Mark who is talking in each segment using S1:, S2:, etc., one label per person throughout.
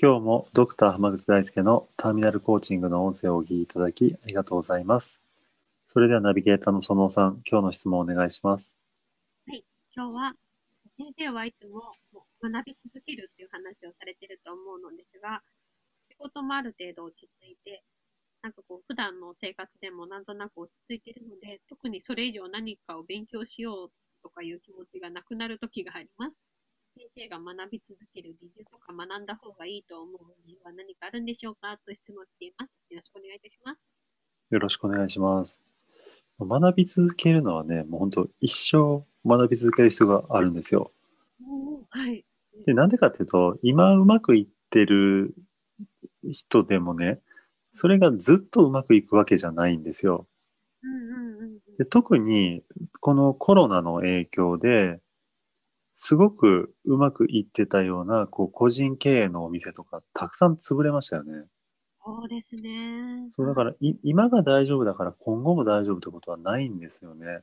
S1: 今日もドクター浜口大輔のターミナルコーチングの音声をお聞きいただきありがとうございます。それではナビゲーターのそのおさん、今日の質問をお願いします。
S2: 今日は、先生はいつも学び続けるっていう話をされてると思うのですが、仕事もある程度落ち着いて、なんかこう、普段の生活でもなんとなく落ち着いてるので、特にそれ以上何かを勉強しようとかいう気持ちがなくなる時があります。先生が学び続ける理由とか学んだ方がいいと思う理由は何かあるんでしょうかと質問しています。よろしくお願いいたします。
S1: よろしくお願いします。学び続けるのはね、もう本当一生学び続ける必要があるんですよ。
S2: はい。
S1: で、なんでかっていうと、今うまくいってる人でもね、それがずっとうまくいくわけじゃないんですよ。
S2: うんうんうんうん。
S1: で特にこのコロナの影響ですごくうまくいってたようなこう個人経営のお店とかたくさん潰れましたよね。
S2: そうですね。
S1: そうだからい今が大丈夫だから今後も大丈夫ってことはないんですよね。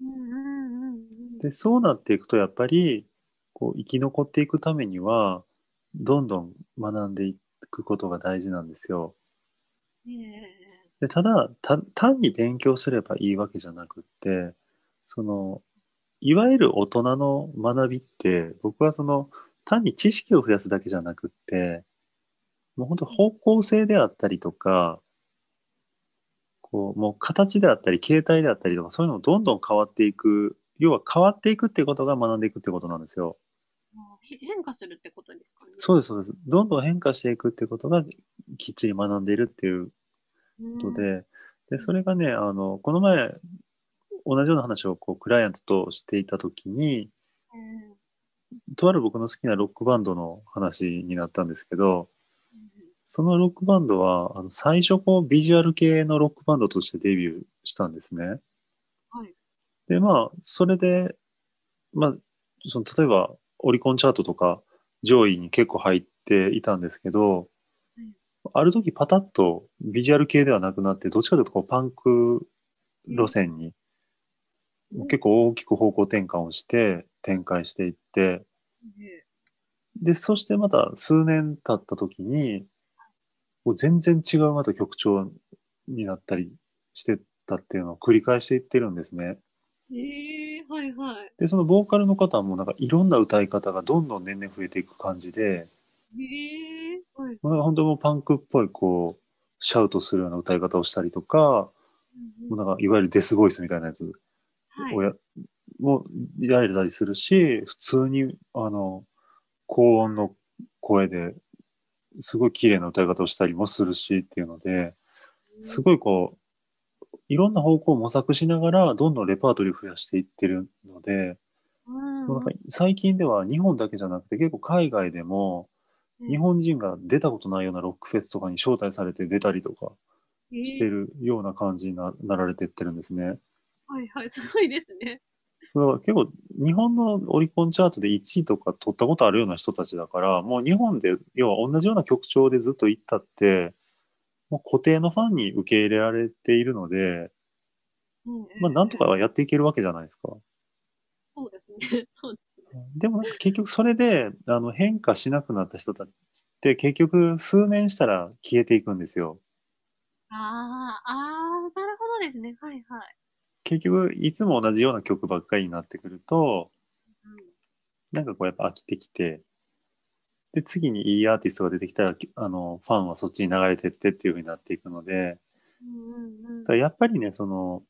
S2: うんうんうんうん。
S1: でそうなっていくとやっぱりこう生き残っていくためにはどんどん学んでいくことが大事なんですよ。
S2: ええ
S1: でただた単に勉強すればいいわけじゃなくってそのいわゆる大人の学びって僕はその単に知識を増やすだけじゃなくってもう本当方向性であったりとかこうもう形であったり形態であったりとかそういうのもどんどん変わっていく要は変わっていくってことが学んでいくってことなんですよ。
S2: あへ変化するってことですかね。
S1: そうですそうです。どんどん変化していくってことがきっちり学んでいるっていう
S2: うん
S1: ことで、でそれがねあのこの前同じような話をこうクライアントとしていた時に
S2: ええ
S1: とある僕の好きなロックバンドの話になったんですけど
S2: うん
S1: そのロックバンドはあの最初こうビジュアル系のロックバンドとしてデビューしたんですね。
S2: はい
S1: でまあそれで、まあ、その例えばオリコンチャートとか上位に結構入っていたんですけど、
S2: うん
S1: ある時パタッとビジュアル系ではなくなってどっちかというとこうパンク路線に
S2: うん
S1: 結構大きく方向転換をして展開していって
S2: え
S1: でそしてまた数年経った時にもう全然違うまた曲調になったりしてたっていうのを繰り返していってるんですね。
S2: えええはいはい。
S1: でそのボーカルの方もなんかいろんな歌い方がどんどん年々増えていく感じで
S2: ええはい。
S1: もうなんか本当もうパンクっぽいこうシャウトするような歌い方をしたりとか
S2: うんう
S1: もうんなんかいわゆるデスボイスみたいなやつ
S2: はい
S1: をや、もやれたりするし普通にあの高音の声ですごい綺麗な歌い方をしたりもするしっていうのですごいこういろんな方向を模索しながらどんどんレパートリーを増やしていってるので、
S2: うん
S1: もうなんか最近では日本だけじゃなくて結構海外でも
S2: うん
S1: 日本人が出たことないようなロックフェスとかに招待されて出たりとかして
S2: ええ
S1: るような感じにななられてってるんですね。
S2: はいはい、すごいですね。
S1: だから結構日本のオリコンチャートで1位とか取ったことあるような人たちだからもう日本で要は同じような曲調でずっと行ったってもう固定のファンに受け入れられているので、まあ、なんとか
S2: ええ
S1: はやっていけるわけじゃないですか。
S2: そうですね。 そう
S1: でもなんか結局それであの変化しなくなった人たちって結局数年したら消えていくんですよ。
S2: ああ、ああ、なるほどですね。はいはい。
S1: 結局いつも同じような曲ばっかりになってくると
S2: うん
S1: なんかこうやっぱ飽きてきてで次にいいアーティストが出てきたらあのファンはそっちに流れてってっていう風になっていくので
S2: うんうんうん
S1: だからやっぱりねその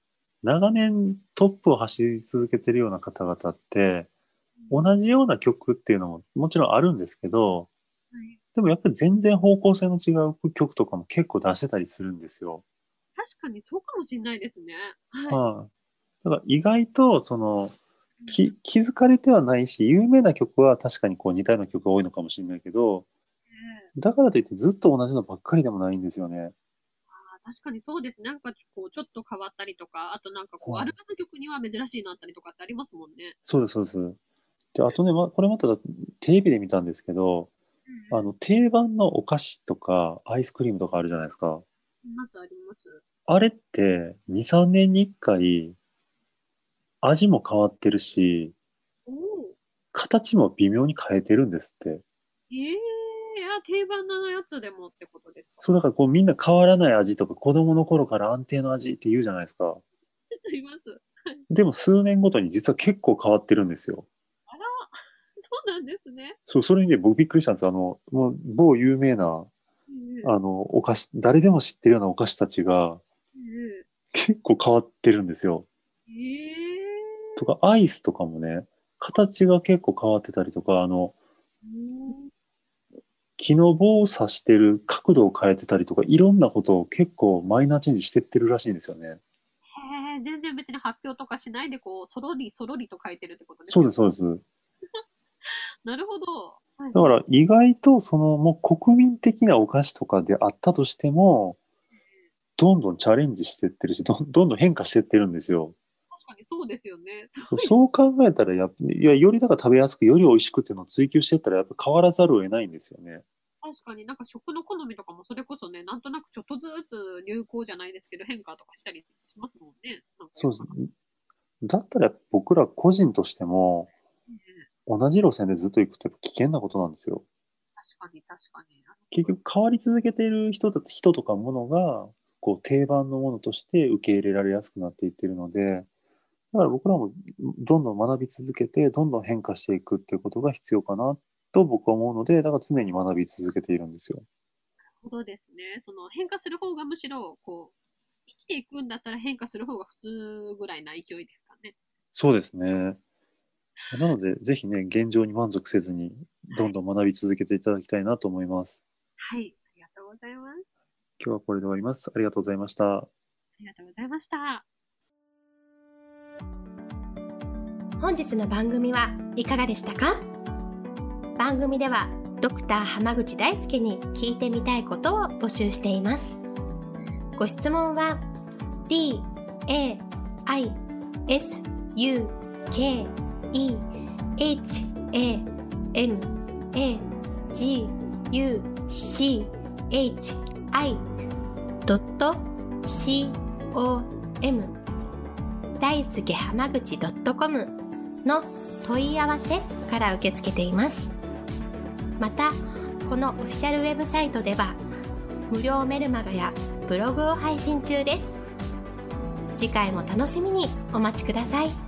S1: 長年トップを走り続けてるような方々って同じような曲っていうのももちろんあるんですけど
S2: はい
S1: でもやっぱり全然方向性の違う曲とかも結構出してたりするんですよ。
S2: 確かにそうかもしれないですね。はい。
S1: はい。だから意外とそのき気づかれてはないし有名な曲は確かにこう似たような曲が多いのかもしれないけど
S2: うん
S1: だからといってずっと同じのばっかりでもないんですよね。
S2: あ確かにそうですね。なんかこう、ちょっと変わったりとか、あとなんかこう、
S1: はい
S2: アルバム曲には珍しいのあったりとかってありますもんね。
S1: そうですそうですであとね、ま、これまたテレビで見たんですけど
S2: うん
S1: あの定番のお菓子とかアイスクリームとかあるじゃないですか。
S2: あります、あります。
S1: あれって23年に1回味も変わってるし
S2: おお。
S1: 形も微妙に変えてるんですって
S2: ええあ、定番のやつでもってことですか。
S1: そうだからこうみんな変わらない味とか子供の頃から安定の味って言うじゃないですか
S2: すいません。
S1: でも数年ごとに実は結構変わってるんですよ
S2: そうなんですね。
S1: そうそれにね僕びっくりしたんですあのもう某有名な
S2: うんうん
S1: あのお菓子誰でも知ってるようなお菓子たちが
S2: うん
S1: 結構変わってるんですよ
S2: ええ
S1: とかアイスとかもね形が結構変わってたりとかあの
S2: うん
S1: 木の棒を刺してる角度を変えてたりとかいろんなことを結構マイナーチェンジしてってるらしいんですよね。
S2: へえ、全然別に発表とかしないで、こう、そろりそろりと書いてるってことです
S1: そう
S2: ね
S1: ですそうです。
S2: なるほど。はい
S1: だから意外とそのもう国民的なお菓子とかであったとしてもどんどんチャレンジしてってるしどんどんどん変化してってるんですよ。
S2: 確かにそうですよね。そう
S1: そうそう考えたらやっいやよりだから食べやすくより美味しくっていうのを追求してったらやっぱ変わらざるを得ないんですよね。
S2: 確かになんか食の好みとかもそれこそね、なんとなくちょっとずつ流行じゃないですけど変化とかしたりしますもんね。なんか
S1: そうです。だったらやっぱ僕ら個人としても
S2: うん
S1: 同じ路線でずっと行くってやっぱ危険なことなんですよ。
S2: 確かに確かに。あの
S1: 結局変わり続けている人と人とかものがこう定番のものとして受け入れられやすくなっていってるのでだから僕らもどんどん学び続けてどんどん変化していくっていうことが必要かなと僕は思うのでだから常に学び続けているんですよ。
S2: ことですね。その変化する方がむしろ、こう、生きていくんだったら変化する方が普通ぐらいな勢いですかね。
S1: そうですねなのでぜひね現状に満足せずにどんどん学び続けていただきたいなと思います。
S2: はい。ありがとうございます。
S1: 今日はこれで終わります。ありがとうございました。
S2: ありがとうございました。
S3: 本日の番組はいかがでしたか番組ではドクター濱口大輔に聞いてみたいことを募集していますご質問は d a i s u k e h a m a g u c h i c o m 大輔濱口 .com の問い合わせから受け付けていますまたこのオフィシャルウェブサイトでは無料メルマガやブログを配信中です次回も楽しみにお待ちください